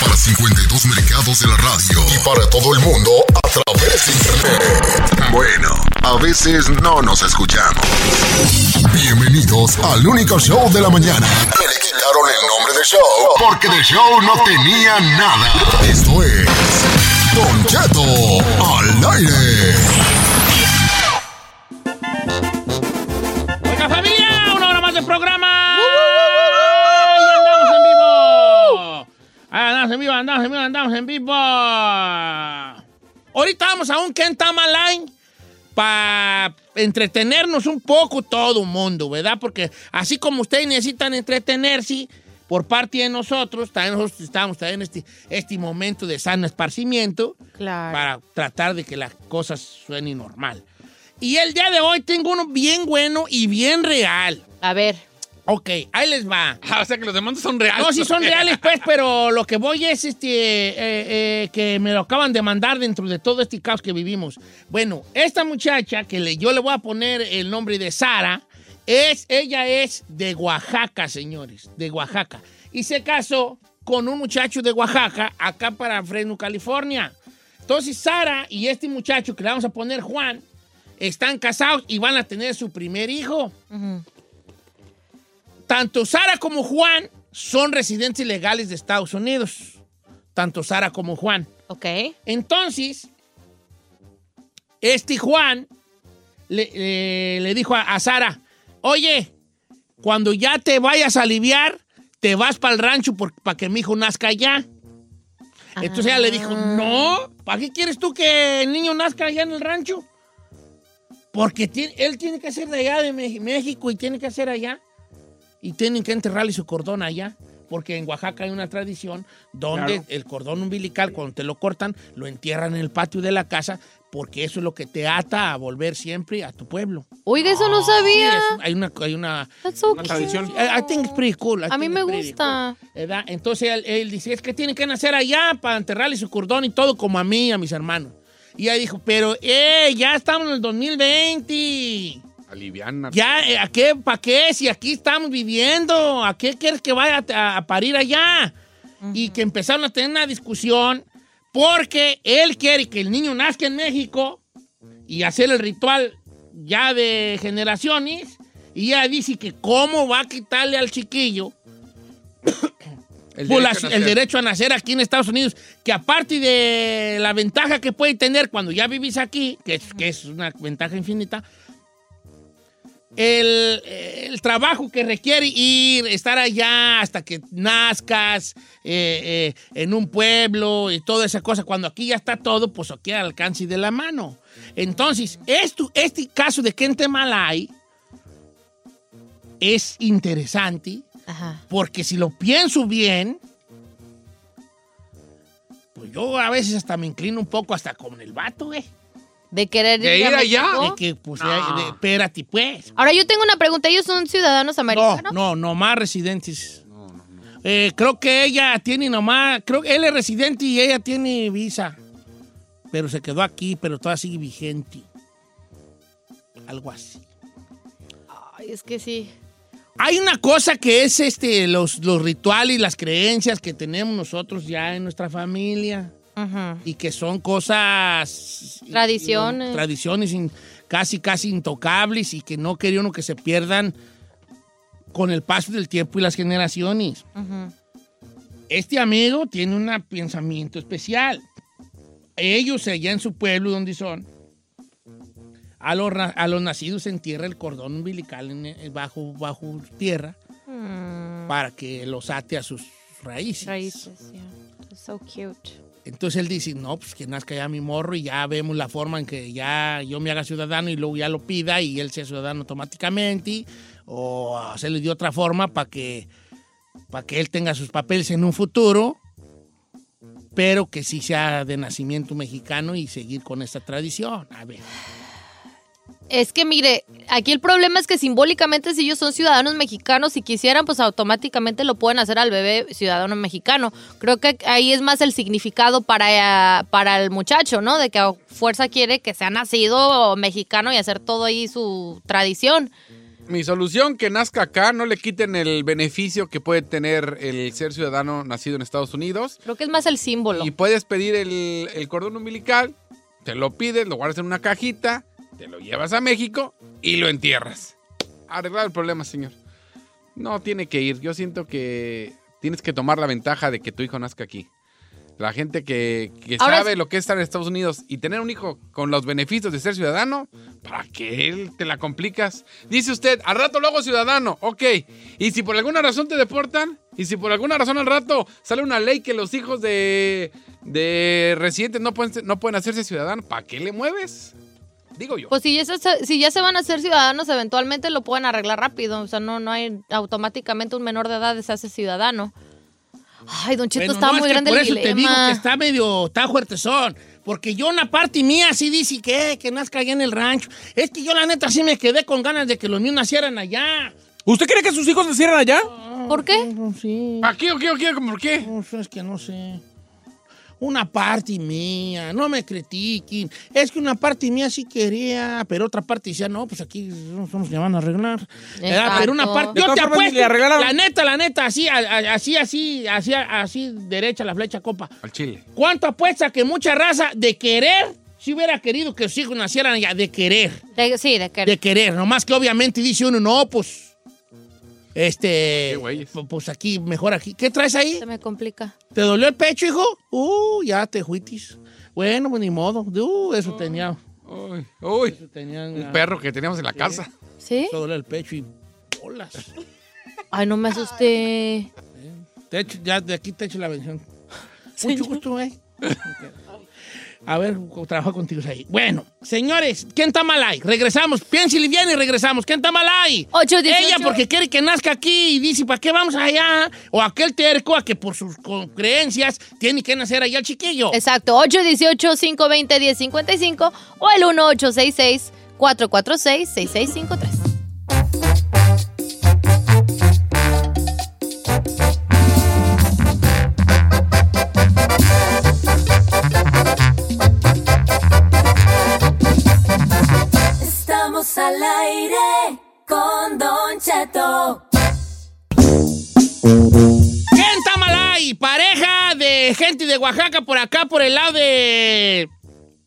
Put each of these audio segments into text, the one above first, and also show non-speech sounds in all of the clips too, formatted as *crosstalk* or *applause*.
Para 52 mercados de la radio y para todo el mundo a través de internet. Bueno, a veces no nos escuchamos. Bienvenidos al único show de la mañana. Me le quitaron el nombre de show porque de show no tenía nada. Esto es Don Cheto al aire. ¡Oiga, familia! ¡Una hora más de programa! ¡Y ¡Andamos en vivo! ¡Andamos en vivo, andamos en vivo, andamos en vivo! Ahorita vamos a un Kentama Line para entretenernos un poco todo el mundo, ¿verdad? Porque así como ustedes necesitan entretenerse por parte de nosotros, también nosotros estamos también en este, este momento de sano esparcimiento para tratar de que las cosas suenen normal. Y el día de hoy tengo uno bien bueno y bien real. A ver. Ok, ahí les va. Ah, o sea que los demandas son reales. No, sí *laughs* son reales, pues, pero lo que voy es este eh, eh, que me lo acaban de mandar dentro de todo este caos que vivimos. Bueno, esta muchacha que le, yo le voy a poner el nombre de Sara, es, ella es de Oaxaca, señores, de Oaxaca. Y se casó con un muchacho de Oaxaca, acá para Fresno, California. Entonces, Sara y este muchacho que le vamos a poner Juan, están casados y van a tener su primer hijo. Tanto Sara como Juan son residentes legales de Estados Unidos. Tanto Sara como Juan. Ok. Entonces, este Juan le, eh, le- le dijo a, a Sara, oye, cuando ya te vayas a aliviar, te vas para el rancho para que mi hijo nazca allá. Entonces ella le dijo, no, ¿para qué quieres tú que el niño nazca allá en el rancho? Porque tiene- él tiene que ser de allá de Mex- México y tiene que ser allá. Y tienen que enterrarle su cordón allá. Porque en Oaxaca hay una tradición donde Claro. el cordón umbilical, cuando te lo cortan, lo entierran en el patio de la casa. Porque eso es lo que te ata a volver siempre a tu pueblo. Oiga, eso no Sí, sabía. es- hay una, hay una, That's so Una tradición. cute. I, I think it's pretty cool. I A mí think me it's pretty gusta. cool. ¿Verdad? Entonces él, él dice, es que tienen que nacer allá para enterrarle su cordón y todo como a mí y a mis hermanos. Y ella dijo, pero eh, ya estamos en el 2020. Aliviana. Ya, eh, ¿a qué, para qué? Si aquí estamos viviendo, ¿a qué quieres que vaya a, a parir allá? Y que empezaron a tener una discusión porque él quiere que el niño nazca en México y hacer el ritual ya de generaciones. Y ella dice que cómo va a quitarle al chiquillo El pues, la- derecho a el nacer. derecho a nacer aquí en Estados Unidos, que aparte de la ventaja que puede tener cuando ya vivís aquí, que es, que es una ventaja infinita, el, el trabajo que requiere ir, estar allá hasta que nazcas eh, eh, en un pueblo y toda esa cosa, cuando aquí ya está todo, pues aquí al alcance de la mano. Entonces, esto, este caso de Kente Malay es interesante. Ajá. Porque si lo pienso bien, pues yo a veces hasta me inclino un poco hasta con el vato, güey. De querer De ir a allá. México. De que, pues, No. eh, de- espérate, pues. Ahora yo tengo una pregunta. ¿Ellos son ciudadanos No, americanos? no, nomás residentes. Eh, creo que ella tiene nomás, creo que él es residente y ella tiene visa. pero se quedó aquí, pero todavía sigue vigente. Algo así. Ay, es que sí. Hay una cosa que es este, los, los rituales y las creencias que tenemos nosotros ya en nuestra familia Ajá. y que son cosas... Tradiciones. tradiciones in- casi, casi intocables y que no quería uno que se pierdan con el paso del tiempo y las generaciones. Ujú. Este amigo tiene un pensamiento especial. Ellos allá en su pueblo donde son, a los, ra- a los nacidos se entierra el cordón umbilical en- en- bajo, bajo tierra Mm, para que los ate a sus raíces. Raíces, yeah. So cute. Entonces él dice, no, pues que nazca ya mi morro y ya vemos la forma en que ya yo me haga ciudadano y luego ya lo pida y él sea ciudadano automáticamente o hacerle de otra forma para que, para que él tenga sus papeles en un futuro, pero que sí sea de nacimiento mexicano y seguir con esta tradición. A ver. Es que mire, aquí el problema es que simbólicamente si ellos son ciudadanos mexicanos, si quisieran, pues automáticamente lo pueden hacer al bebé ciudadano mexicano. Creo que ahí es más el significado para, eh, para el muchacho, ¿no? De que a fuerza quiere que sea nacido mexicano y hacer todo ahí su tradición. Mi solución, que nazca acá, no le quiten el beneficio que puede tener el ser ciudadano nacido en Estados Unidos. Creo que es más el símbolo. Y puedes pedir el, el cordón umbilical, te lo pides, lo guardas en una cajita, te lo llevas a México y lo entierras. Arreglar el problema, señor. No tiene que ir. Yo siento que tienes que tomar la ventaja de que tu hijo nazca aquí. La gente que, que Ahora sabe es- lo que es estar en Estados Unidos y tener un hijo con los beneficios de ser ciudadano, ¿para qué él te la complicas? Dice usted, al rato lo hago ciudadano, ok. Y si por alguna razón te deportan, y si por alguna razón al rato sale una ley que los hijos de, de residentes no pueden, ser- no pueden hacerse ciudadanos, ¿para qué le mueves? Digo yo. Pues si ya, se, si ya se van a ser ciudadanos, eventualmente lo pueden arreglar rápido. O sea, no, no hay automáticamente un menor de edad se hace ciudadano. Ay, Don Cheto, Bueno, está no, es muy que grande Por el eso te digo dilema. que está medio, está fuertezón. Porque yo una parte mía sí dice que, que nazca allá en el rancho. Es que yo la neta sí me quedé con ganas de que los míos nacieran allá. ¿Usted cree que sus hijos se cierran allá? ¿Por qué? Sí, ¿Para qué o qué o qué? ¿Por qué? no, es que no sé. Una parte mía, no me critiquen. Es que una parte mía sí quería, pero otra parte decía, no, pues aquí no somos que van a arreglar. ¿Verdad? Exacto. Pero una parte, De yo todas te formas, ni apuesto, le arreglaron. la neta, la neta, así, a- a- así, así, así, así, derecha la flecha, copa. Al chile. ¿Cuánto apuesta que mucha raza de querer, si hubiera querido que sus hijos nacieran allá, de querer, De- sí, de que... de querer, nomás que obviamente dice uno, no, pues, Qué este, güeyes. pu- pues aquí, mejor aquí. ¿Qué traes ahí? Se me complica. ¿Te dolió el pecho, hijo? Uh, ya te juitis. Bueno, pues ni modo. Uh, eso tenía, Uy, uy, eso tenía un una- perro que teníamos en la casa. ¿Sí? Te dolió el pecho y bolas. Ay, no me asusté. Te echo- ya de aquí te echo la bendición. Mucho Señor. gusto, ¿eh? A ver, trabajo contigo ahí. Bueno, señores, ¿quién está mal ahí? Regresamos, piénsele bien y regresamos. ¿Quién está mal ahí? 818. Ella porque quiere que nazca aquí y dice, ¿para qué vamos allá? O aquel terco a que por sus co- creencias tiene que nacer allá el chiquillo. Exacto, 818-520-1055 o el 1866-446-6653. Estamos al aire con Don Cheto. ¿Quién está mal ahí? Pareja de gente de Oaxaca por acá, por el lado de...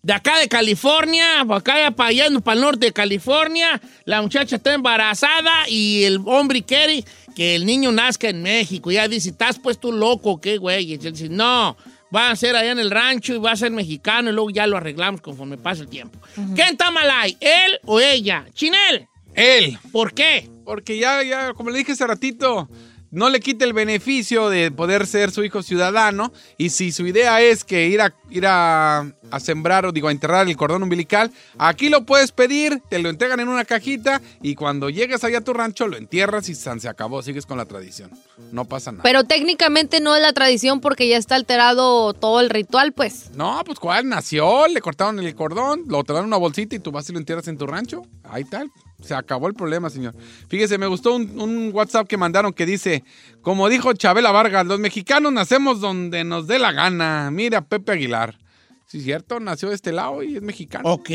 De acá de California, por acá para allá, para el norte de California, la muchacha está embarazada y el hombre quiere que el niño nazca en México. Ya dice, estás pues tú loco, qué güey. Y él dice, no, va a ser allá en el rancho y va a ser mexicano y luego ya lo arreglamos conforme pasa el tiempo. ¿Quién está mal ahí? ¿Él o ella? Chinel, Él. ¿por qué? Porque ya, ya, como le dije hace ratito, no le quita el beneficio de poder ser su hijo ciudadano. Y si su idea es que ir a, ir a, a sembrar o digo a enterrar el cordón umbilical, aquí lo puedes pedir, te lo entregan en una cajita y cuando llegues allá a tu rancho lo entierras y san, se acabó, sigues con la tradición. No pasa nada. Pero técnicamente no es la tradición porque ya está alterado todo el ritual, pues. no, pues cuál, nació, le cortaron el cordón, lo te dan en una bolsita y tú vas y lo entierras en tu rancho. Ahí tal. Se acabó el problema, señor. Fíjese, me gustó un, un WhatsApp que mandaron que dice, como dijo Chabela Vargas, los mexicanos nacemos donde nos dé la gana. Mira, Pepe Aguilar. Sí, cierto, nació de este lado y es mexicano. Ok,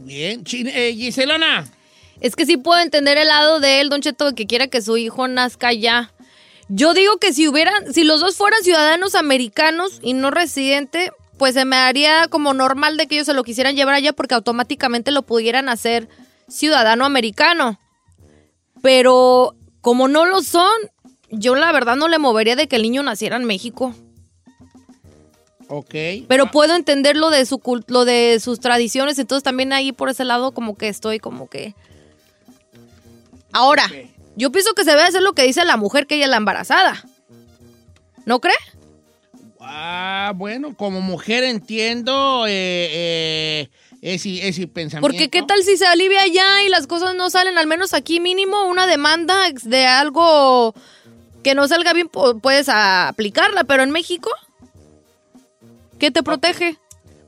bien. Chin- eh, Giselona. Es que sí puedo entender el lado de él, Don Cheto, que quiera que su hijo nazca ya. Yo digo que si hubieran, si los dos fueran ciudadanos americanos y no residente, pues se me haría como normal de que ellos se lo quisieran llevar allá porque automáticamente lo pudieran hacer ciudadano americano. Pero como no lo son, yo la verdad no le movería de que el niño naciera en México. Ok. Pero puedo entender lo de su cul- lo de sus tradiciones, entonces también ahí por ese lado como que estoy como que Ahora, yo pienso que se debe hacer lo que dice la mujer que ella es la embarazada. ¿No cree? Ah, bueno, como mujer entiendo eh, eh, ese, ese pensamiento. Porque qué tal si se alivia allá y las cosas no salen, al menos aquí mínimo una demanda ex- de algo que no salga bien pu- puedes aplicarla, pero en México ¿qué te protege?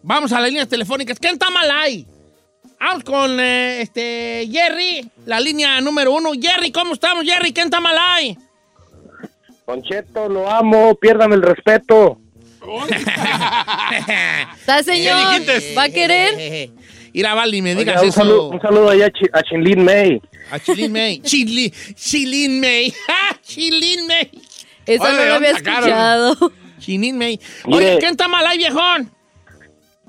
Vamos a las líneas telefónicas. ¿Quién está mal ahí? Vamos con eh, este Jerry, la línea número uno. Jerry, ¿cómo estamos, Jerry? ¿Quién está mal ahí? Concheto, lo amo, piérdame el respeto. Está señor, va a "Eh, querer *laughs* Y la Vali, me digas Oiga, un, eso. saludo, un saludo ahí a, Chi- a Chinlin May. A Chilin *laughs* May. Chili, Chilin May. *laughs* ¡Ah, Chilin May. eso Oye, no ¿de lo había dónde sacaron? escuchado. Chilin May. Mire. Oye, ¿quién está mal ahí, viejón?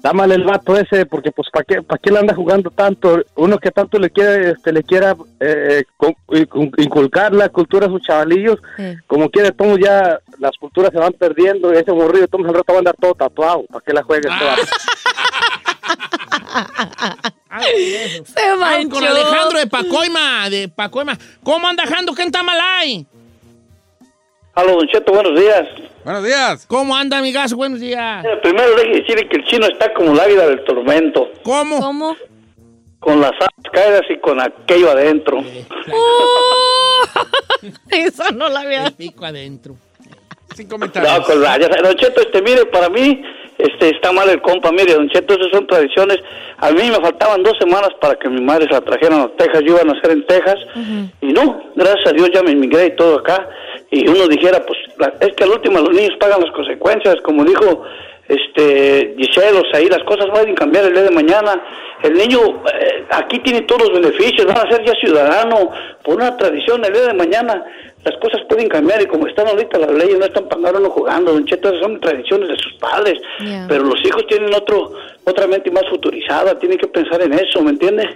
Dámale el vato ese, porque pues ¿para qué, pa' qué le anda jugando tanto? Uno que tanto le quiere, este, le quiera eh, con- incul- inculcar la cultura a sus chavalillos, Sí. como quiere Tomo ya las culturas se van perdiendo, y ese morrillo Tomo al rato va a andar todo tatuado, ¿para qué la juegues? Ah. *laughs* Se Vamos manchó. con Alejandro de Pacoima, de Pacoima. ¿Cómo anda Jando? ¿Quién está mal ahí? Halo, Don Cheto, buenos días. Buenos días. ¿Cómo anda, amigas? Buenos días. Primero deje decir que el chino está como el águila del tormento, ¿Cómo? ¿Cómo? con las alas caídas y con aquello adentro. ¡Uh! *laughs* Eso no la había. El pico adentro. pues Sin No, comentarios. con la- ya sabe, Don Cheto, este, mire, para mí este, está mal el compa. Mire, Don Cheto, esas son tradiciones. A mí me faltaban dos semanas para que mi madre se la trajeran a Texas. Yo iba a nacer en Texas. Y no, gracias a Dios ya me inmigré y todo acá. Y uno dijera, pues, la- es que al último los niños pagan las consecuencias. Como dijo este Giselle, o sea, ahí las cosas van a cambiar el día de mañana. El niño eh, aquí tiene todos los beneficios, van a ser ya ciudadano por una tradición el día de mañana. Las cosas pueden cambiar y como están ahorita las leyes no están para andar uno jugando, don Cheto, esas son tradiciones de sus padres, Ya. pero los hijos tienen otro otra mente más futurizada, tienen que pensar en eso, ¿me entiende?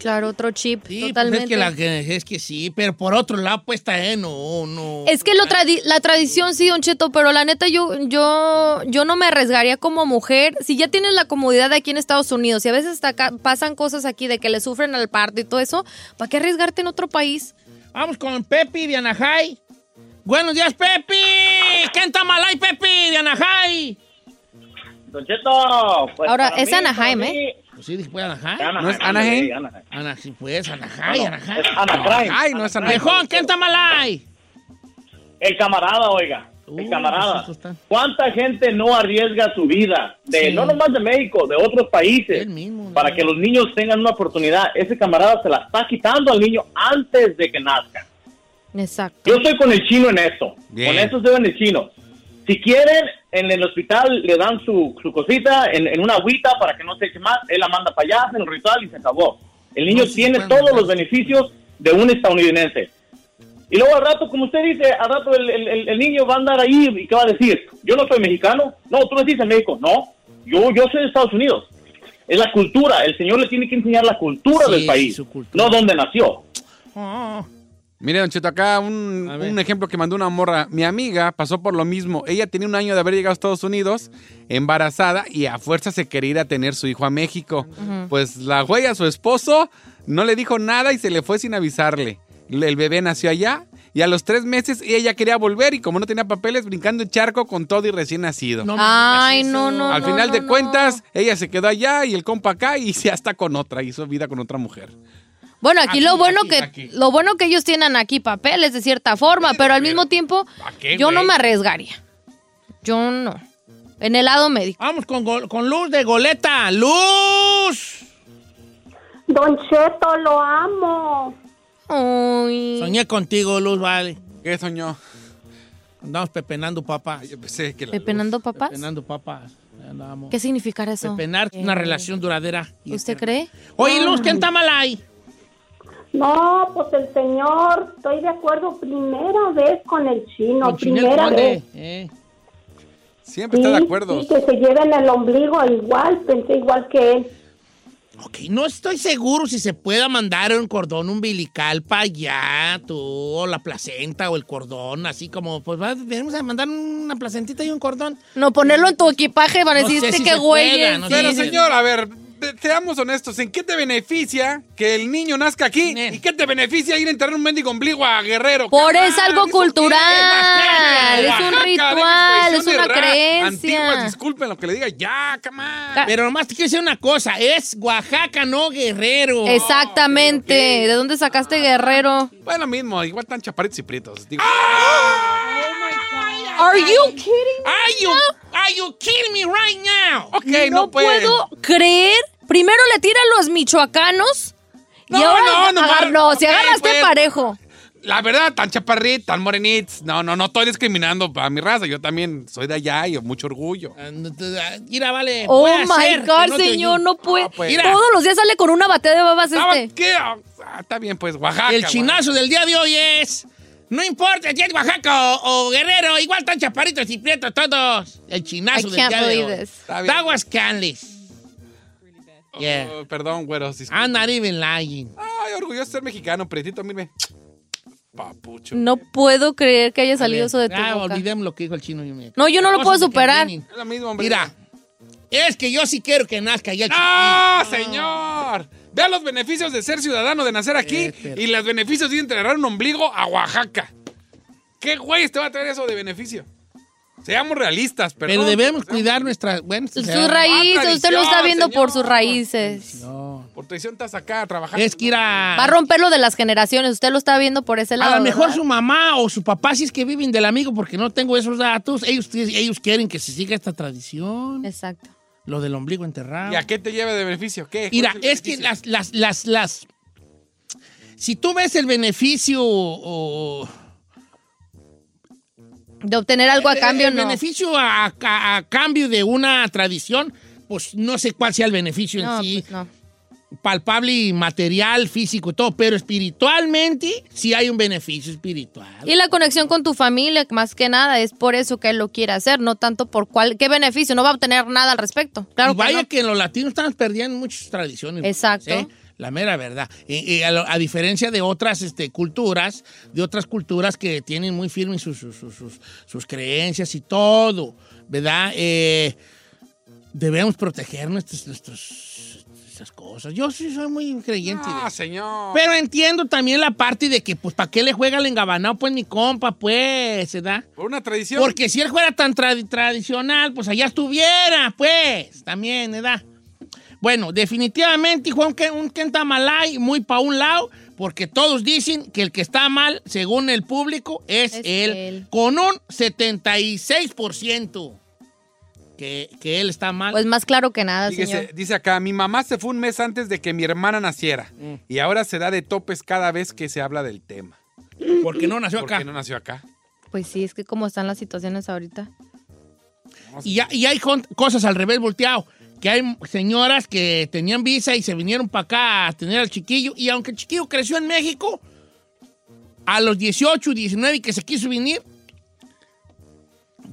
Claro, otro chip, Sí, pues totalmente. es, que la que- es que sí, pero por otro lado, pues está, eh, no, no. lo tradi- la tradición sí, Don Cheto, pero la neta yo, yo, yo no me arriesgaría como mujer. Si ya tienes la comodidad de aquí en Estados Unidos y a veces hasta acá pasan cosas aquí de que le sufren al parto y todo eso, ¿para qué arriesgarte en otro país? Vamos con Pepi de Anajay. Buenos días, Pepi. ¿Quién está mal ahí, Pepi de Anajay? Don Cheto, Ahora, para es mí, Anaheim, ¿eh? para mí, Pues sí, dije, pues Anajay. ¿No es Anaheim? Ana, sí, pues, Anajay, Anajay. Ay, no es Anaheim. Viejón, ¿quién está mal ahí? El camarada, oiga. El Uy, camarada. pues eso está. ¿Cuánta gente no arriesga su vida? De, Sí. No nomás de México, de otros países. Él mismo, para ¿no? que los niños tengan una oportunidad. Ese camarada se la está quitando al niño antes de que nazca. Exacto. Yo estoy con el chino en esto. Bien. Con eso estoy en el chino. Si quieren, en el hospital le dan su, su cosita en, en una agüita para que no se eche más. Él la manda para allá, hace el ritual y se acabó. El niño No, sí se tiene pueden todos mandar. los beneficios de un estadounidense. Y luego al rato, como usted dice, al rato el, el- el- el niño va a andar ahí y ¿qué va a decir? Yo no soy mexicano. No, tú naciste en México. No, yo, yo soy de Estados Unidos. Es la cultura. El señor le tiene que enseñar la cultura Sí, del país, su cultura. no dónde nació. Oh, Mire, Don Cheto, acá un, A ver. un ejemplo que mandó una morra. Mi amiga pasó por lo mismo. Ella tenía un año de haber llegado a Estados Unidos, embarazada, y a fuerza se quería ir a tener su hijo a México. Pues la huella, su esposo, no le dijo nada y se le fue sin avisarle. Le- El bebé nació allá y a los tres meses ella ya quería volver y como no tenía papeles, brincando el charco con todo y recién nacido. no me Ay, digas no, eso. no. Al final de no. cuentas, ella se quedó allá y el compa acá y *laughs* se hasta con otra, hizo vida con otra mujer. Bueno, aquí, lo Aquí, bueno aquí, que aquí. lo bueno que ellos tienen aquí papeles de cierta forma, pero al mismo tiempo ¿pa' qué, yo no güey? me arriesgaría. Yo no. En el lado médico. Vamos con, gol- con Luz de Goleta. ¡Luz! Don Cheto, lo amo. Ay. Soñé contigo, Luz, vale. ¿Qué soñó? Andamos pepenando papas. Yo pensé que la Pepenando papás. Pepenando papas. Eh, la amo. ¿Qué significará eso? Eh, Penar una relación duradera. ¿Usted cree? Oye, Luz, ¿quién está mal ahí? No, pues el señor, estoy de acuerdo, primera vez con el chino, Con Chinel primera Conde, vez. eh. Siempre está de acuerdo. Sí, que se lleven el ombligo igual, pensé igual que él. Ok, no estoy seguro si se pueda mandar un cordón umbilical para allá, tú, o la placenta o el cordón, así como, pues va- venimos a mandar una placentita y un cordón. No, ponerlo en tu equipaje para No sé decirte si que se "Este güey. pueda, es. no sé. Pero Sí. señor, a ver, te- seamos honestos, ¿en qué te beneficia que el niño nazca aquí? ¿Y qué te beneficia ir a enterrar un mendigo ombligo a Guerrero? Por Carnal, es algo ¿eso cultural, qué es un Oaxaca, ritual, es de una ra- Antiguas, creencia. disculpen lo que le diga, ya, camán. Ah. Pero nomás te quiero decir una cosa, es Oaxaca, no Guerrero. Exactamente. ¿De dónde sacaste Guerrero? Bueno, mismo, igual tan chaparritos y prietos. Digo, Ah, ¡Ah! Oh Are you kidding? Are you, are you kidding me right now? ok, no, No pues. puedo creer. Primero le tira a los michoacanos y No, ahora no, no, agar- no, no, si ok, agarraste pues. parejo. La verdad, tan chaparrit, tan morenitz. No, no, no estoy discriminando a mi raza. Yo también soy de allá y mucho orgullo. Ah, no te- ah, Mira, vale. Oh puede my ser que God, no te señor, ayude. no puede. pues. Mira. Todos los días sale con una batea de babas ¿Estaba este. qué? Ah, está bien, pues, Oaxaca. El chinazo del día de hoy es. No importa si es Oaxaca o, o Guerrero, igual están chaparritos y prietos todos. El chinazo I del can't día de believe hoy. this. Está bien. Daguas Canlis. Oaxaca. Yeah. Oh, perdón, güeros. disculpen. I'm not even lying. Ay, orgulloso de ser mexicano, pretito, mírame. Papucho. Mm. No puedo creer que haya salido ver, eso de tu ah, boca. olvidemos lo que dijo el chino. y me- No, yo no lo Cosas puedo que superar. convienen. Es lo mismo, hombre. Mira, es que yo sí quiero que nazca ya el ¡Ah, señor! Vea los beneficios de ser ciudadano, de nacer aquí Este. y los beneficios de enterrar un ombligo a Oaxaca. ¿Qué güey te va a traer eso de beneficio? Seamos realistas, perdón. Pero debemos Seamos- cuidar nuestra. Bueno, Sus se llama- raíces, usted lo está tradición, viendo por señor. sus raíces. No. Por traición estás acá a trabajar. Es que ir a. Va a romperlo de las generaciones, usted lo está viendo por ese lado. A lo mejor ¿verdad? su mamá o su papá, si es que viven del amigo, porque no tengo esos datos, ellos, ellos quieren que se siga esta tradición, Exacto. lo del ombligo enterrado. ¿Y a qué te lleva de beneficio? ¿Qué? Mira, ¿Cuál el es que beneficio? las, las, las, las... Si tú ves el beneficio o... De obtener algo a cambio, eh, el no. beneficio a, a- a cambio de una tradición, pues no sé cuál sea el beneficio No, en sí, pues no. palpable y material, físico y todo, pero espiritualmente sí hay un beneficio espiritual. Y la conexión con tu familia, más que nada, es por eso que él lo quiere hacer, no tanto por cuál, qué beneficio, no va a obtener nada al respecto. Claro y que vaya no. que los latinos estamos perdiendo muchas tradiciones. Exacto. ¿sí? La mera verdad. Y- y a, lo- a diferencia de otras este, culturas, de otras culturas que tienen muy firmes sus, sus- sus- sus- sus creencias y todo, ¿verdad? Eh, debemos proteger nuestros, nuestros- nuestras cosas. Yo sí soy muy creyente. de Ah, eso. señor. Pero entiendo también la parte de que, pues, ¿para qué le juega el engabanado? Pues mi compa, pues, ¿verdad? Por una tradición. Porque si él fuera tan tradi- tradicional, pues allá estuviera, pues, también, ¿verdad? Bueno, definitivamente, Juan, que un Kentamalay muy pa' un lado, porque todos dicen que el que está mal, según el público, es, Es él, él. con un 76% que, que él está mal. Pues más claro que nada, Fíjese, señor. dice acá, mi mamá se fue un mes antes de que mi hermana naciera Mm. y ahora se da de topes cada vez que se habla del tema. porque no nació ¿Por acá. qué no nació acá? Pues sí, es que como están las situaciones ahorita. Y, ya- y hay con- cosas al revés volteado. Que hay señoras que tenían visa y se vinieron para acá a tener al chiquillo. Y aunque el chiquillo creció en México, a los 18, 19 y que se quiso venir,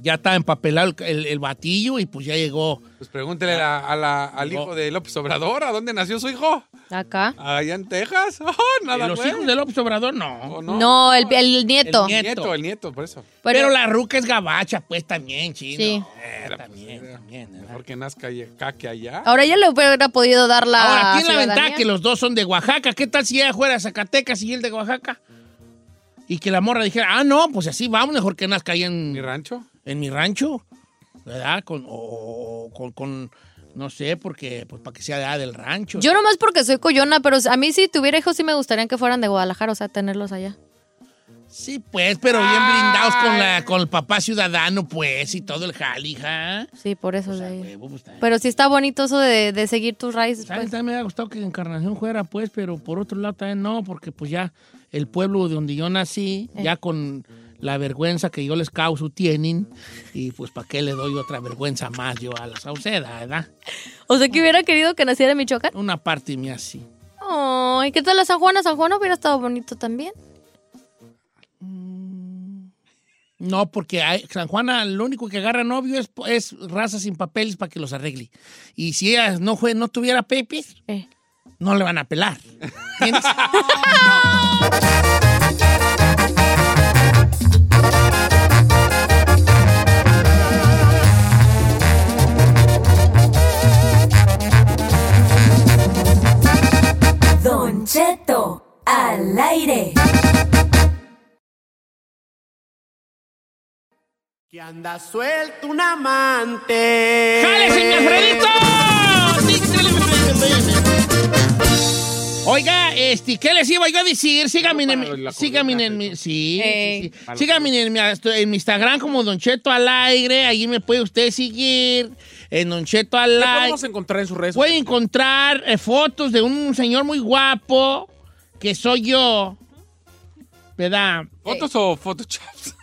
ya estaba empapelado el, el- el batillo y pues ya llegó. Pues pregúntele a Ah. la- a la- al hijo de López Obrador, ¿a dónde nació su hijo? Acá. Ah, Allá en Texas. *laughs* Oh, nada ¿Los nuevo. hijos de López Obrador? No. Oh, No, el, el nieto. El El nieto, el nieto, por eso. Pero, Pero- la ruca es gabacha, pues también, chino. Sí. Eh, también, también. ¿verdad? Mejor que nazca y- acá que allá. Ah. Ahora ella le hubiera podido dar la. Ahora, tiene la ciudadanía. ventaja que los dos son de Oaxaca. ¿Qué tal si ella fuera de Zacatecas y él de Oaxaca? Y que la morra dijera, ah, no, pues así vamos, mejor que nazca ahí en, Mi rancho. en mi rancho, ¿verdad? Con, o- o- o con, con- no sé, porque, pues para que sea de ah, del rancho. Yo nomás porque soy coyona, pero a mí si tuviera hijos sí me gustaría que fueran de Guadalajara, o sea, tenerlos allá. Sí, pues, pero bien blindados con, la, con el papá ciudadano, pues, y todo el jali, hija. Sí, por eso de ahí. Huevo, pues, también. Pero sí está bonito eso de, de seguir tus raíces. ¿Sabes? pues. También me hubiera gustado que Encarnación fuera, pues, pero por otro lado también no, porque pues ya el pueblo de donde yo nací, ya con la vergüenza que yo les causo tienen y pues para qué le doy otra vergüenza más yo a la Sauceda, ¿verdad? O sea, que hubiera querido que naciera en Michoacán. Una parte mía sí. Ay, ¿qué tal la San Juana? San Juana hubiera estado bonito también. No, porque hay- San Juana lo único que agarra novio es, es raza sin papeles para que los arregle. Y si ella no, fue, no tuviera pepes, Eh, no le van a pelar. ¿Entiendes? Don Cheto al aire. Que anda suelto un amante. ¡Jálese, mi Eh. Alfredito! Oiga, este, ¿qué les iba yo a decir? Síganme en, mi- síganme en mi, sí, sí, sí. Para Síganme en mi, en mi Instagram como Don Cheto al aire, ahí me puede usted seguir en Don Cheto al ¿Qué aire. podemos encontrar en sus redes? Puede encontrar eh, fotos de un señor muy guapo que soy yo. ¿Verdad? ¿Fotos o photoshops?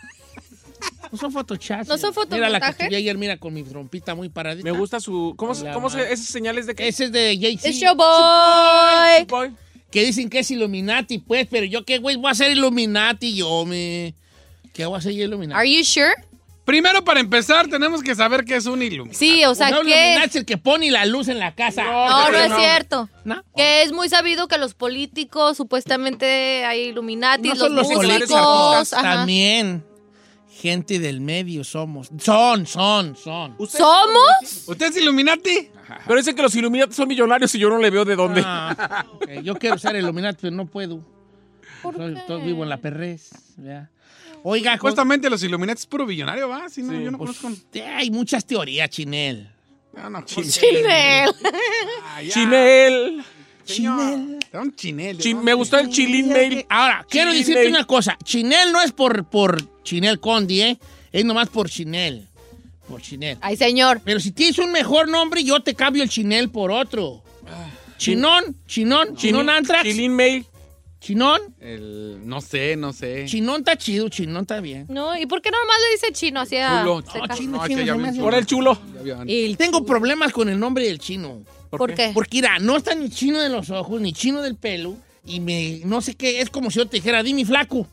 No son photoshops. ¿No son Mira la que fotomontajes? estuve ayer, mira, con mi trompita muy paradita. *laughs* Me gusta su. ¿Cómo, se- La cómo madre. se.? ¿Esas señales de qué? Ese es de Jay-Z. Es Showboy. Boy. Que dicen que es Illuminati, pues, pero yo qué, güey, voy a ser Illuminati, yo me... ¿Qué voy a ser yo Illuminati? Are you sure? Primero, para empezar, tenemos que saber qué es un Illuminati. Sí, o sea, Ah, No, Illuminati que... es el que pone la luz en la casa. No, no es cierto. ¿No? Que es muy sabido que los políticos, supuestamente hay Illuminati, No los, son los músicos, políticos, ajá. también gente del medio somos. Son, son, son. ¿Somos? ¿Usted es Illuminati? Pero dicen que los Illuminati son millonarios y yo no le veo de dónde. Ah, ok, yo quiero ser Illuminati, pero no puedo. ¿Por Soy- qué? to- vivo en la perrez. ¿verdad? Oiga, co- Supuestamente los Illuminati es puro billonario, ¿va? Sí, no, yo no pues, conozco. hay muchas teorías, Chinel. ah, No, no, Chinel. Ah, ya. pues, Chinel. Señor, Era un chinel. Chin- ¿no? me gustó el chilín mail. Ahora, quiero Chinel. decirte una cosa. Chinel no es por, por Chinel Condi, ¿eh? Es nomás por Chinel. Por Chinel. *laughs* Ay, señor. Pero si tienes un mejor nombre, yo te cambio el Chinel por otro. Chinón, Chinón, Chinón Antrax. Chilín mail. Chinón. Eh. El- no sé, no sé. Chinón está chido, Chinón está bien. No, ¿y por qué nomás le dice chino así a- Chulo. se No, ca- Ah, chino, No, chino, que ya se me vi hace- Ahora el chulo. Ya habían- El- Tengo problemas con el nombre del chino. ¿Por qué? Porque mira, no está ni chino de los ojos, ni chino del pelo. Y me, no sé qué, es como si yo te dijera, dime flaco.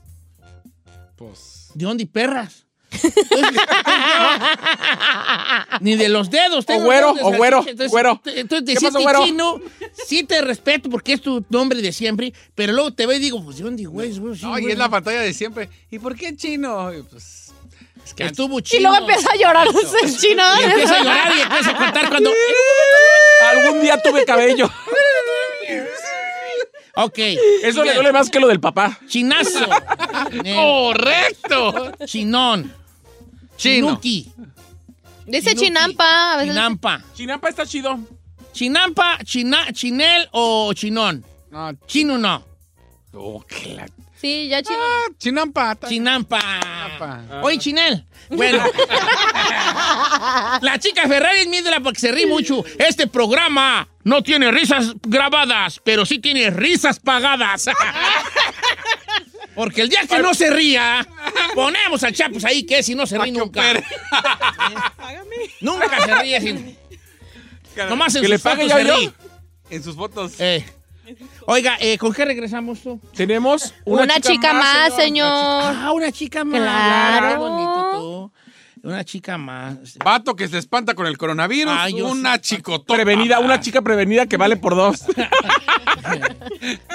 Pues, ¿De dónde y perras? Ni de los dedos. tengo güero, dedos de salchicha, o güero, entonces, güero. te- Entonces, ¿Qué pasó, decirte güero? chino, sí te respeto porque es tu nombre de siempre, pero luego te veo y digo, pues, ¿de dónde, güey? güey, sí, no, y güey, es la pantalla de siempre. ¿Y por qué chino? Y Pues, es que antes- Estuvo Y chino. luego empieza a llorar *laughs* el chino. Y empieza a llorar y empieza a contar cuando... *laughs* Algún día *laughs* tuve cabello. Ok. Eso le bien. duele más que lo del papá. *laughs* Chinazo. Nel. ¡Correcto! Chinón. Chino. Chinuki. Dice Chinuki. chinampa. A veces Chinampa. Chinampa está chido. Chinampa, china, chinel o chinón. No, ch- Chino no. oh, que la- Sí, ya chino. Ah, chinampa. ta- Chinampa. Ah. Chinampa. Oye, Chinel. Bueno. La chica Ferrari es mídela porque se ríe mucho. Este programa no tiene risas grabadas, pero sí tiene risas pagadas. Porque el día que no se ría, ponemos al Chapus ahí, que si no se ríe nunca. Nunca se ríe. Sin... Nomás en Que le sus fotos pague ya se yo. ríe. En sus fotos. Eh. Oiga, eh, ¿con qué regresamos tú? Tenemos Una, chica, más, señor. Ah, una chica más. Claro. Qué bonito tú. Una chica más. Vato que se espanta con el coronavirus. Ah, yo una sí. chicotota. Prevenida, una chica prevenida que vale por dos.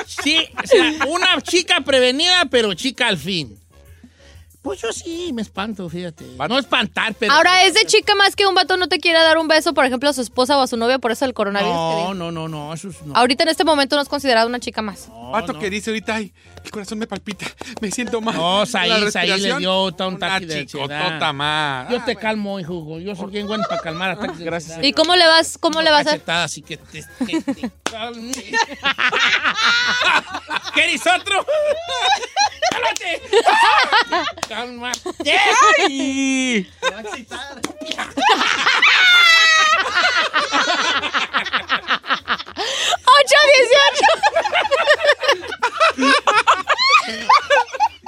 Sí, o sea, una chica prevenida, pero chica al fin. Pues yo sí me espanto, fíjate. No espantar, pero. Ahora, es de chica más que un vato no te quiera dar un beso, por ejemplo, a su esposa o a su novia, por eso el coronavirus. que No, dijo. no, no, no. Eso es- no. Ahorita en este momento no es considerado una chica más. *laughs* No, Vato no. que dice ahorita, ay, el corazón me palpita, me siento mal. No, Saí, La Saí respiración, le dio un Una ataque de ansiedad. chicotota Ah, más. Yo te calmo, hijo. Yo soy bien bueno para calmar ataques. Gracias. ¿Y cómo le vas, cómo le vas a Cachetada, así que te- que te calme. *laughs* ¿Quieres otro? *laughs* ¡Cálmate! *laughs* ¡Cálmate! Y *laughs*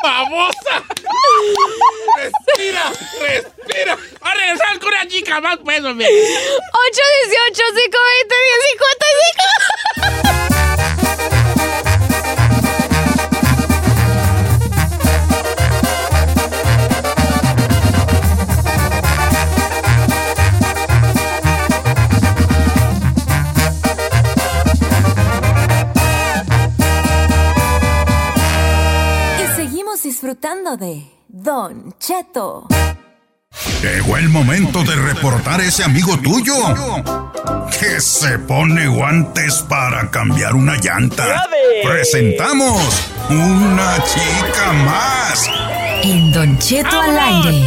¡Babosa! *laughs* pues, hombre. 818-520-1055. Y seguimos disfrutando de Don Cheto. Llegó el momento de reportar ese amigo tuyo que se pone guantes para cambiar una llanta. Presentamos una chica más. En Don Cheto al aire.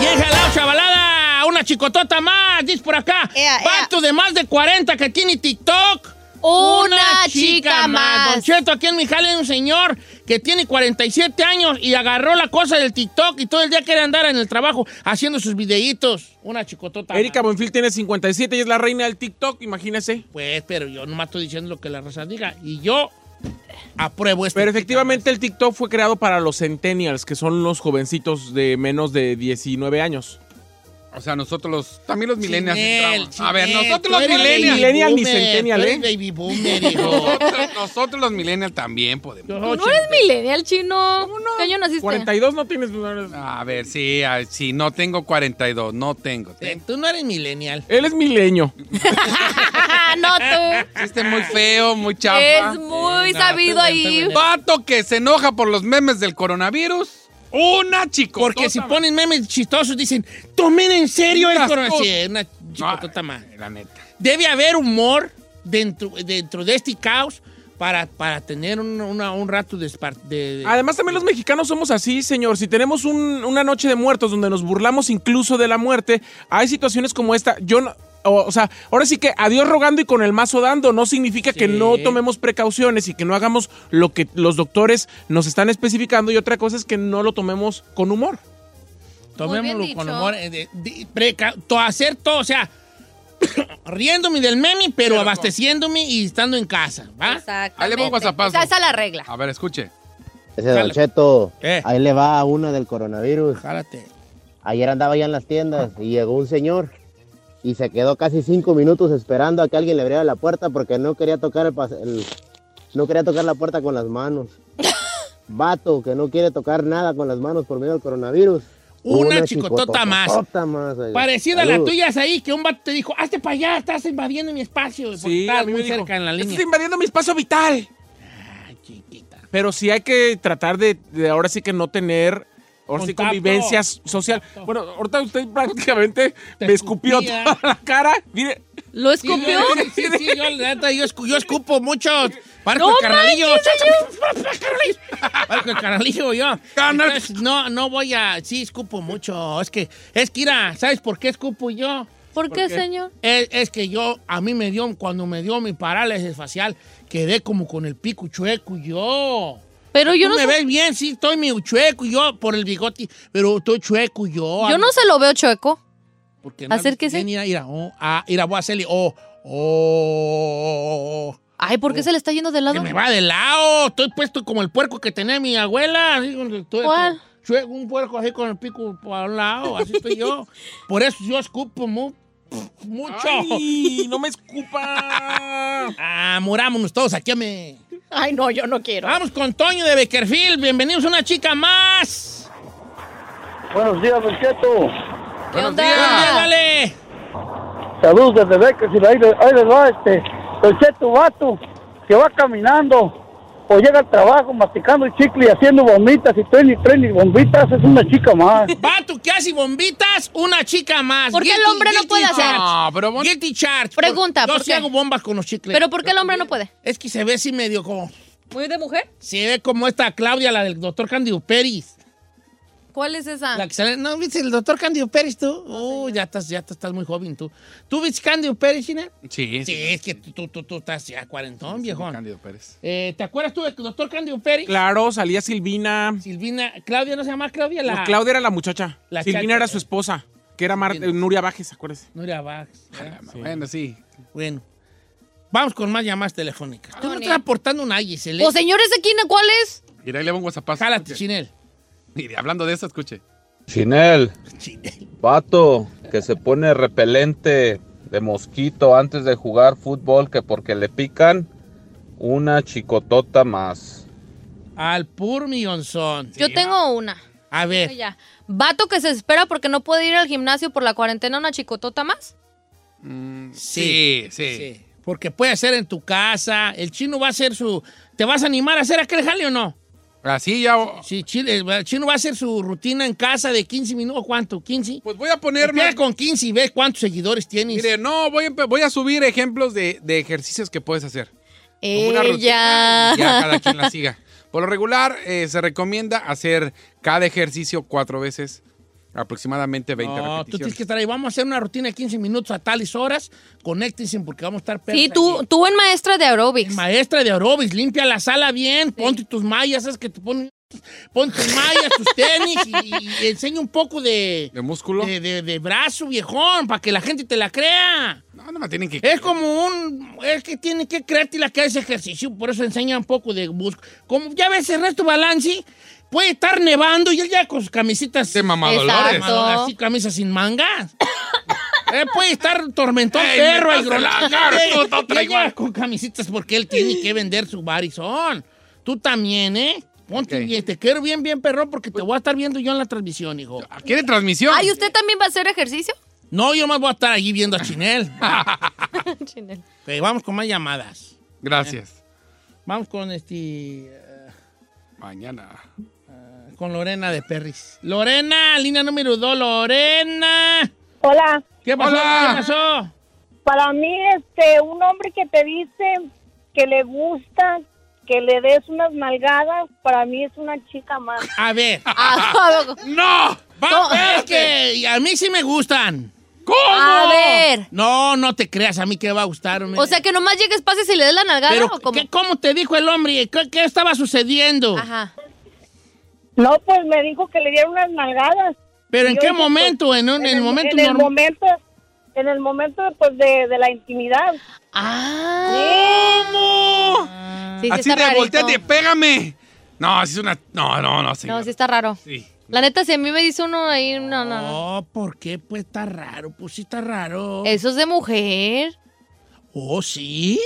Llega la chavalada, una chicotota más, dice por acá. Pato de más de 40 que tiene TikTok. Una chica más. Don Cheto, aquí en mi jale hay un señor que tiene 47 años y agarró la cosa del TikTok y todo el día quiere andar en el trabajo haciendo sus videitos. Una chicotota más. Erika Bonfil tiene 57 y es la reina del TikTok, imagínese. Pues, pero yo nomás estoy diciendo lo que la raza diga. Y yo apruebo este esto. Pero efectivamente el TikTok fue creado para los centennials, que son los jovencitos de menos de 19 años. O sea, nosotros los. También los millennials. Chinel, entramos. a ver, Chinel, nosotros tú los eres baby millennials. Millennial ni boomer, centennial, tú eres ¿eh? baby boomer, *laughs* hijo. Nosotros, nosotros los millennials también podemos. Yo ¿Tú no soy eres millennial chino? ¿Qué año naciste? 42 no tienes... A ver, sí, a- sí, no tengo 42, no tengo. Eh, Tú no eres millennial. Él es milenio. *laughs* no, tú. Este muy feo, muy chafa. Es muy no, sabido estoy bien, ahí. estoy Pato que se enoja por los memes del coronavirus. Una chico. Porque si ponen memes chistosos dicen, tomen en serio el Las coronavirus. cosas. Sí, es una Ah. chicotota más. La neta. Debe haber humor dentro, dentro de este caos para, para tener un, una- un rato de, espar- de- de- Además, también los mexicanos somos así, señor. Si tenemos un- una noche de muertos donde nos burlamos incluso de la muerte, hay situaciones como esta. Yo no- O, o sea, ahora sí que a Dios rogando y con el mazo dando no significa que Sí. no tomemos precauciones y que no hagamos lo que los doctores nos están especificando y otra cosa es que no lo tomemos con humor. Tomémoslo Muy bien con dicho. humor. eh, de- de- preca- to- hacer todo, o sea, *coughs* riéndome del meme, pero, con- abasteciéndome y estando en casa, ¿va? Exactamente. Ahí le vamos a paso. Esa esa es la regla. A ver, escuche. Ese Jala. Don Cheto, Eh. ahí le va a una del coronavirus. Jálate. Ayer andaba ya en las tiendas y llegó un señor y se quedó casi cinco minutos esperando a que alguien le abriera la puerta porque no quería tocar el, pas- el- no quería tocar la puerta con las manos. Vato que no quiere tocar nada con las manos por miedo al coronavirus. Una chicotota más. chicotota más, oiga. Parecida a la Salud. tuya, ahí que un vato te dijo, hazte para allá, estás invadiendo mi espacio. porque estás muy dijo, cerca en la "Estás línea. invadiendo mi espacio vital. Ay, chiquita. Pero sí hay que tratar de, de ahora sí que no tener ahora Contacto. sí, convivencias social. Bueno, ahorita usted prácticamente me escupió escupía. toda la cara. Mire, ¿Lo Sí, escupió? yo- Sí, sí, yo, la neta, yo, escu- yo escupo mucho. Barco el canalillo. Barco el canalillo, yo. Canal- Entonces, no, no voy a. Sí, escupo mucho. Es que, es que, mira, ¿sabes por qué escupo yo? ¿Por qué, señor? Es, es que yo, a mí me dio, cuando me dio mi parálisis facial, quedé como con el pico chueco yo. Pero Pues yo no, Tú me se- ves bien, sí, estoy medio chueco yo por el bigote, pero estoy chueco yo. yo no se lo veo chueco. Porque acérquese. Mira, mira, oh, ah, mira, voy a hacerle, oh, oh, oh, oh. Ay, ¿por qué se le está yendo de Que lado? me va de lado. Estoy puesto como el puerco que tenía mi abuela. así con- estoy- ¿Cuál? chueco, un puerco así con el pico para un lado. Así *laughs* estoy yo. Por eso yo escupo mu- mucho. ¡Ay, no me escupa! Ah, morámonos todos aquí, me. Ay, no, yo no quiero. Vamos con Toño de Beckerfield. Bienvenidos a una chica más. Buenos días, Don Cheto. ¿Qué onda? Dale, dale. Saludos desde Becas y ahí, le- ahí les va este, Don Cheto Vato, que va caminando o llega al trabajo masticando chicle y haciendo bombitas y tren y tren y bombitas, es una chica más. Vato que hace bombitas, una chica más. ¿Por qué el hombre no puede hacer? charge. No, Ah, pero bon- Guilty charge. pues. Pregunta, Yo ¿por sí qué? hago bombas con los chicles. ¿Pero por qué el hombre no puede? Es que se ve así medio como... ¿Muy de mujer? Se ve como esta Claudia, la del doctor Cándido Pérez. ¿Cuál es esa? La que sale- no, ¿viste el doctor Cándido Pérez tú? Uh, ya estás, ya estás muy joven tú. ¿Tú viste Cándido Pérez, China? *laughs* Sí, Sí, es que tú, tú, tú, tú estás ya cuarentón, viejón. Cándido Pérez. Eh, ¿Te acuerdas tú del doctor Cándido Pérez? Claro, salía Silvina. Silvina, Claudia, ¿no se llama Claudia? La... No, Claudia era la muchacha. La Silvina chacha. era su esposa, que era Mar- Silvina. eh, Nuria Bajes, acuérdese. Nuria Vax. ¿verdad? Ah, Bueno, sí. Bueno, vamos con más llamadas telefónicas. Tú no Tony. estás aportando un ay, se le... Ah, O señores, aquí cuál es? Mira, ahí le va un WhatsApp. Jálate, Chinel. Mire, hablando de eso, escuche. Chinel, Chinel. Pato, que se pone repelente de mosquito antes de jugar fútbol que porque le pican una chicotota más. Al pur millonzón. Yo tengo una. A ver. Ya. Vato que se espera porque no puede ir al gimnasio por la cuarentena una chicotota más. Sí, sí, Porque puede ser en tu casa. El chino va a hacer su. ¿Te vas a animar a hacer aquel jale o no? Así ya. Sí, chino, el chino va a hacer su rutina en casa de 15 minutos. ¿Cuánto? ¿15? Pues voy a ponerme. Empieza con 15 y ve cuántos seguidores tienes. Mire, no, voy a, empe- voy a subir ejemplos de, de ejercicios que puedes hacer. Como una rutina, Ella. y Ya cada quien la siga. Por lo regular, eh, se recomienda hacer cada ejercicio cuatro veces, aproximadamente 20 No, tú repeticiones. tienes que estar ahí. Vamos a hacer una rutina de 15 minutos a tales horas. Conéctense porque vamos a estar Sí, tú, tú en maestra de aerobics. Maestra de aerobics, limpia la sala bien, ponte tus mallas, esas que te ponen. Ponte tus mallas, tus tenis y, y enseña un poco de. ¿De músculo? De, de- de brazo, viejón, para que la gente te la crea. No, no me tienen que. Es como un. Es que tiene que creerte la que hace ejercicio, por eso enseña un poco de músculo. Como ya ves, Ernesto Balanci puede estar nevando y él ya con sus camisitas. De mamadolores. Exacto. Así, camisas sin mangas. *coughs* Eh, puede estar tormentón Ey, perro me y estás gronado. relajando, Ey, tú, otra llega igual. con camisitas porque él tiene que vender su barizón. Tú también, ¿eh? Ponte bien, te quiero bien, bien, perro, porque te voy a estar viendo yo en la transmisión, hijo. Ah, ¿Quiere transmisión? Ay, ¿usted también va a hacer ejercicio? *laughs* No, yo más voy a estar allí viendo a *laughs* Chinel. Ah. Chinel. Ok, vamos con más llamadas. Gracias. Vamos con este. eh, Mañana. con Lorena de Perris. Lorena, línea número 2, Lorena. Hola. ¿Qué pasó? Hola. ¿Qué pasó? Para mí, este, un hombre que te dice que le gusta que le des unas nalgadas, para mí es una chica más. A ver. Ah, *laughs* ¡No! Va, es que a mí sí me gustan. ¿Cómo? A ver. No, no te creas, a mí que va a gustar. hombre. O sea, que nomás llegues, pases y le des la nalgada Pero, o cómo? ¿qué- ¿cómo te dijo el hombre? ¿Qué, qué estaba sucediendo? Ajá. No, pues me dijo que le diera unas nalgadas. ¿Pero Y en yo qué dije, momento? pues, ¿En, un- en el momento en el normal? momento, *laughs* en el momento, pues, de, de la intimidad. ¿Cómo? Sí, sí Así está de rarito. volteate, pégame. No, así es una. No, no, no, No, señor. sí está raro. Sí. La neta, si a mí me dice uno ahí, no, no, no. No, ¿por qué? Pues está raro, pues sí está raro. Eso es de mujer. ¿Oh, sí?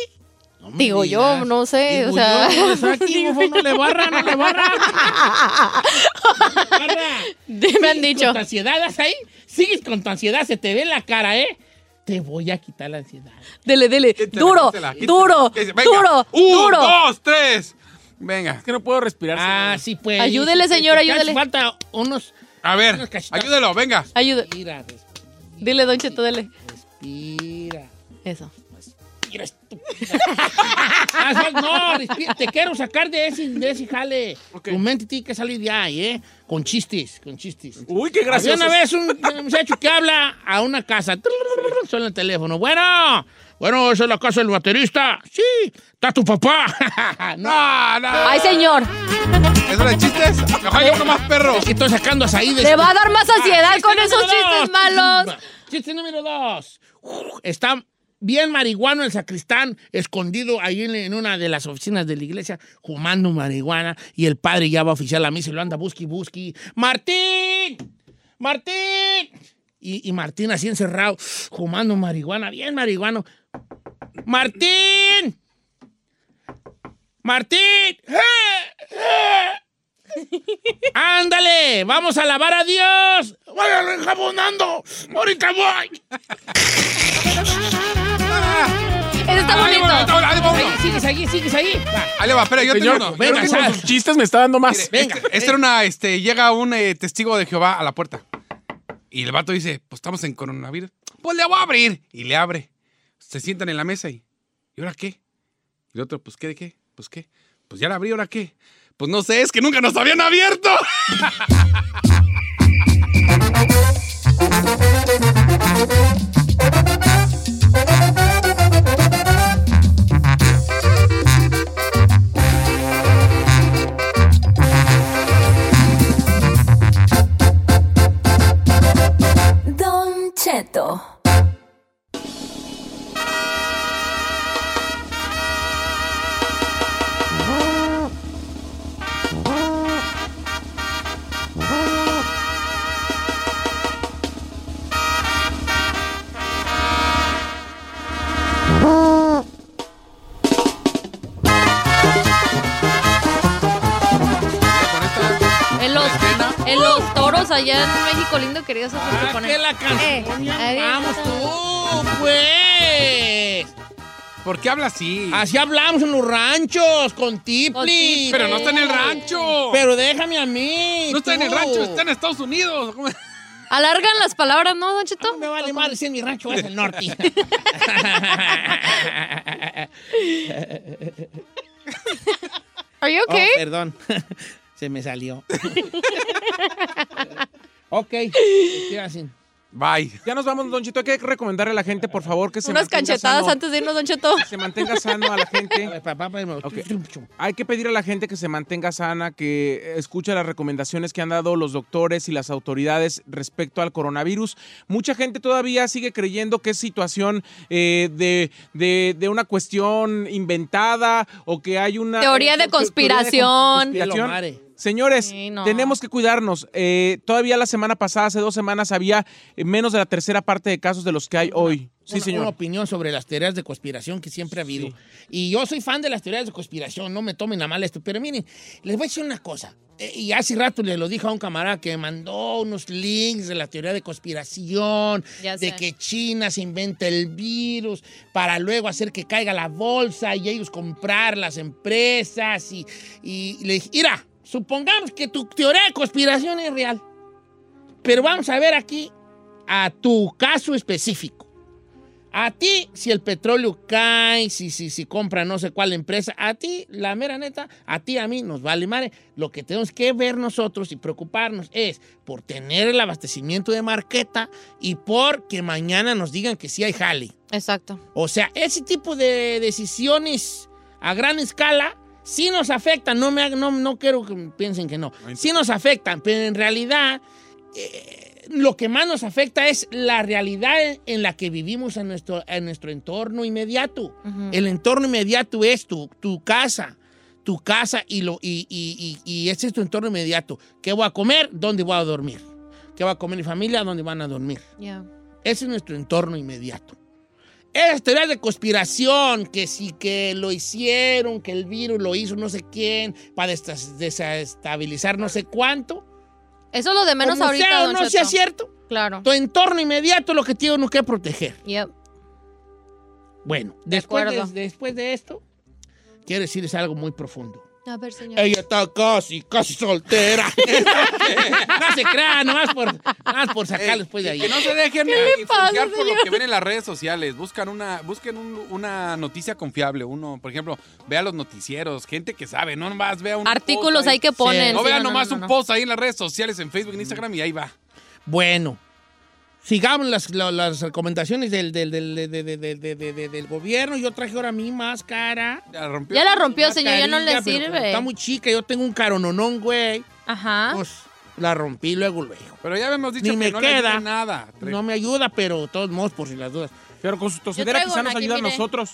No me Digo yo, digas. no sé, Digo o sea. yo, pues, aquí, bufón, no le barra, no le barra. *laughs* *laughs* Me han dicho. Con tu ansiedad, ¿estás ahí? Sigues con tu ansiedad, se te ve en la cara, ¿eh? Te voy a quitar la ansiedad. Dele, dele. Duro, quítela, quítela. duro, Que se- venga. duro, Un, duro. Dos, tres. Venga. que no puedo respirar. Ah, sí, pues. Ayúdele, Sí, señor, te- te hace ayúdele. falta unos... A ver, ayúdelo, venga. Ayuda. Mira, respira, Dile, Don Cheto, dele. respira. Eso. Mira, estúpida. *laughs* Ah, sí, no, respira, te quiero sacar de ese, de ese jale. Tu mente tiene que salir de ahí, ¿eh? Con chistes, con chistes. Uy, qué Había gracioso. una vez un un muchacho que habla a una casa. Suena el teléfono. Bueno, bueno, esa es la casa del baterista. Sí, está tu papá. no, no. Ay, señor. ¿Eso de chistes? Mejor yo uno más perro. Es que estoy sacando azaí de... Ah, Le va a dar más ansiedad chiste con esos número chistes dos. malos. Chiste número dos. Uf, Está bien marihuano el sacristán, escondido ahí en- en una de las oficinas de la iglesia, fumando marihuana, y el padre ya va a oficiar la misa y lo anda busqui, busqui. ¡Martín! ¡Martín! Y, y Martín así encerrado, fumando marihuana, bien marihuano. ¡Martín! ¡Martín! ¡Eh! ¡Ándale! ¡Vamos a lavar a Dios! ¡Váyalo enjabonando! ¡Ahorita voy! Ese está Ahí bonito. va, ahí va uno. Ahí, sigues ahí, sigues ahí. Va. Ahí le va, espera, yo Señor, tengo uno. creo Yo que tengo con uno. sus chistes me está dando más. Venga. Este, este era una, este, llega un eh, testigo de Jehová a la puerta. Y el vato dice, pues estamos en coronavirus. Pues le voy a abrir. Y le abre. Se sientan en la mesa y, ¿y ahora qué? Y el otro, pues qué, de qué, pues qué. Pues ya la abrí, ¿ahora qué? Pues no sé, es que nunca nos habían abierto. *laughs* Don Cheto. En los toros allá en México lindo quería hacer ah, que la canción. Eh, vamos tú, pues. ¿Por qué habla así? Ah, Así hablamos en los ranchos, con Tipli. Pero no está en el rancho. Pero déjame a mí. No está en el tú. rancho, está en Estados Unidos. ¿Cómo? Alargan las palabras, ¿no, Don Cheto? Me vale madre si en mi rancho es el *laughs* norte. Are you okay? Oh, perdón. *laughs* Se me salió. ok. ¿Qué hacen? Bye. Ya nos vamos, Don Chito. Hay que recomendarle a la gente, por favor, que se Unas mantenga canchetadas sano. antes de irnos, Don *laughs* Cheto. Que se mantenga sano a la gente. Ok. Hay que pedir a la gente que se mantenga sana, que escuche las recomendaciones que han dado los doctores y las autoridades respecto al coronavirus. Mucha gente todavía sigue creyendo que es situación eh, de, de- de una cuestión inventada o que hay una... Teoría de eh, te- teoría de conspiración. Lo mare. Señores, Sí, no. tenemos que cuidarnos. Eh, todavía la semana pasada, hace dos semanas, había eh, menos de la tercera parte de casos de los que hay hoy. Sí, una, señor. una opinión sobre las teorías de conspiración que siempre ha habido. Y yo soy fan de las teorías de conspiración, no me tomen a mal esto, pero miren, les voy a decir una cosa. Eh, Y hace rato le lo dije a un camarada que me mandó unos links de la teoría de conspiración, Ya de sé. que China se inventa el virus para luego hacer que caiga la bolsa y ellos comprar las empresas. Y, y le dije, mira, supongamos que tu teoría de conspiración es real, pero vamos a ver aquí a tu caso específico. A ti, si el petróleo cae, si, si, si compra no sé cuál empresa, a ti, la mera neta, a ti, a mí, nos vale madre. Lo que tenemos que ver nosotros y preocuparnos es por tener el abastecimiento de marqueta y por que mañana nos digan que sí hay jale. Exacto. O sea, ese tipo de decisiones a gran escala sí nos afectan. No, me, hagan- no, no quiero que piensen que no. Sí nos afectan, pero en realidad eh, lo que más nos afecta es la realidad en la que vivimos en nuestro, en nuestro entorno inmediato. El entorno inmediato es tu, tu casa. Tu casa y, lo, y, y, y- y ese es tu entorno inmediato. ¿Qué voy a comer? ¿Dónde voy a dormir? ¿Qué va a comer mi familia? ¿Dónde van a dormir? Ya. Ese es nuestro entorno inmediato. Esas teorías de conspiración, que sí que lo hicieron, que el virus lo hizo no sé quién, para destas- desestabilizar no sé cuánto. Eso es lo de menos Como ahorita, sea o Don no sea Cheto. cierto, Claro. tu entorno inmediato es lo que tienes que proteger. Yep. Bueno, después de, acuerdo. después de esto, quiero decirles algo muy profundo. A ver, señor. Ella está casi, casi soltera. *laughs* *laughs* no se crean, nomás por, nomás por sacar después de ahí. Que no se dejen ¿Qué le influenciar pasa, por lo señor? que ven en las redes sociales. Buscan una, busquen un- una noticia confiable. Uno, por ejemplo, vea los noticieros, gente que sabe, no nomás vea un Artículos post ahí. ahí que ponen. No Sí, vea no, nomás no, Mm. un no. post ahí en las redes sociales, en Facebook, en Instagram y ahí va. Bueno, sigamos las, la- las recomendaciones del, del, del, del- del- del- del- del- del gobierno. Yo traje ahora mi máscara. Ya la rompió. Ya la rompió, señor, ya no le mascarilla, pero como sirve. Ah. Está muy chica, yo tengo un carononón, güey. Ajá. Pues la rompí luego, luego. Pero ya hemos dicho Ni que me no le queda. ayuda nada. Tre- No me ayuda, pero de todos modos, por si las dudas. Pero con su tosedera traigo quizá una nos aquí, ayuda a mire. nosotros.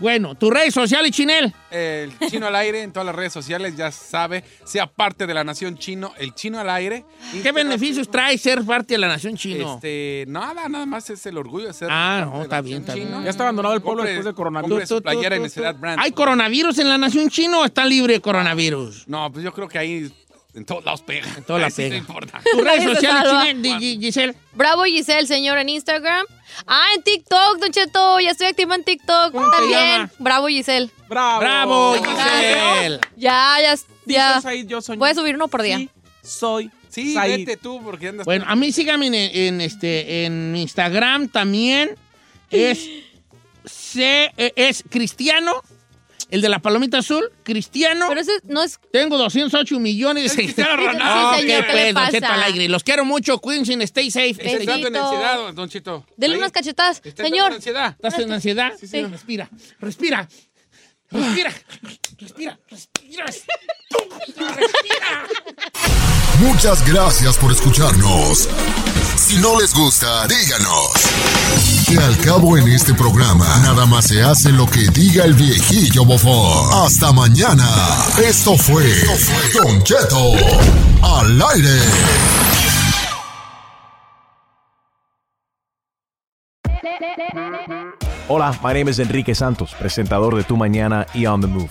Bueno, tu redes sociales, Chinel. El chino al aire en todas las redes sociales, ya sabe, sea parte de la nación chino, el chino al aire. ¿Qué beneficios trae ser parte de la nación chino? Este, nada, nada más es el orgullo de ser. Ah, parte no, de está la bien, está nación bien. chino. Ya está abandonado el pueblo Compre- después del compre coronavirus. su playera en Tú, tú, Necesidad tú. Brand. ¿Hay coronavirus en la nación chino o está libre *laughs* de coronavirus? No, pues yo creo que ahí en todos lados pega. En todos lados sí pega. No importa. Tus redes Nadie se sociales, salva. Chinel, Di- Di- Giselle. Bravo Giselle, señor, en Instagram. Ah, en TikTok, Don Cheto. Ya estoy activa en TikTok. ¿Cómo te También. llama? Bravo Giselle. ¡Bravo! Bravo, Giselle. Giselle. Ya, ya, ya. Dice Said, yo soy... Voy a subir uno por día. Sí, soy Sí, Said. vete tú porque andas. Bueno, a mí síganme en, en este, en Instagram también. Es, C- eh, es Cristiano, el de la palomita azul, Cristiano. Pero ese no es. Tengo 208 millones de *laughs* Cristiano Ah, Ronaldo. Sí, señor, qué ¿qué le pedo, Don pasa? Cheto al aire. Los quiero mucho, cuídense, stay safe. Este, Está Stay Besito. entrando en ansiedad, don Chito. Dele Ahí. unas cachetadas. Está entrando Señor. en ansiedad. ¿Estás en ansiedad? Sí, señor. Respira, respira, respira, respira, respira, estúpido, respira. Muchas gracias por escucharnos. Si no les gusta, díganos. Que al cabo en este programa, nada más se hace lo que diga el viejillo bofón. Hasta mañana. Esto fue, Esto fue Don Cheto al aire. Hola, my name is Enrique Santos, presentador de Tu Mañana y On the Move.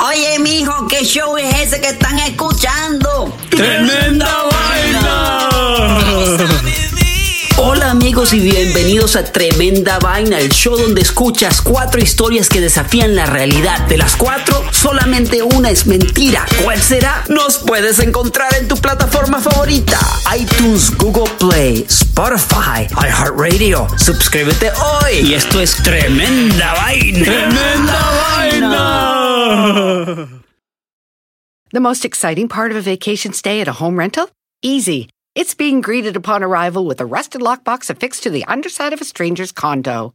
Oye, mijo, ¿qué show es ese que están escuchando? ¡Tremenda vaina! Hola amigos y bienvenidos a Tremenda Vaina, el show donde escuchas cuatro historias que desafían la realidad. De las cuatro, solamente una es mentira. ¿Cuál será? Nos puedes encontrar en tu plataforma favorita. iTunes, Google Play, Spotify, iHeartRadio. Suscríbete hoy. Y esto es Tremenda Vaina. ¡Tremenda vaina! The most exciting part of a vacation stay at a home rental? Easy. It's being greeted upon arrival with a rusted lockbox affixed to the underside of a stranger's condo.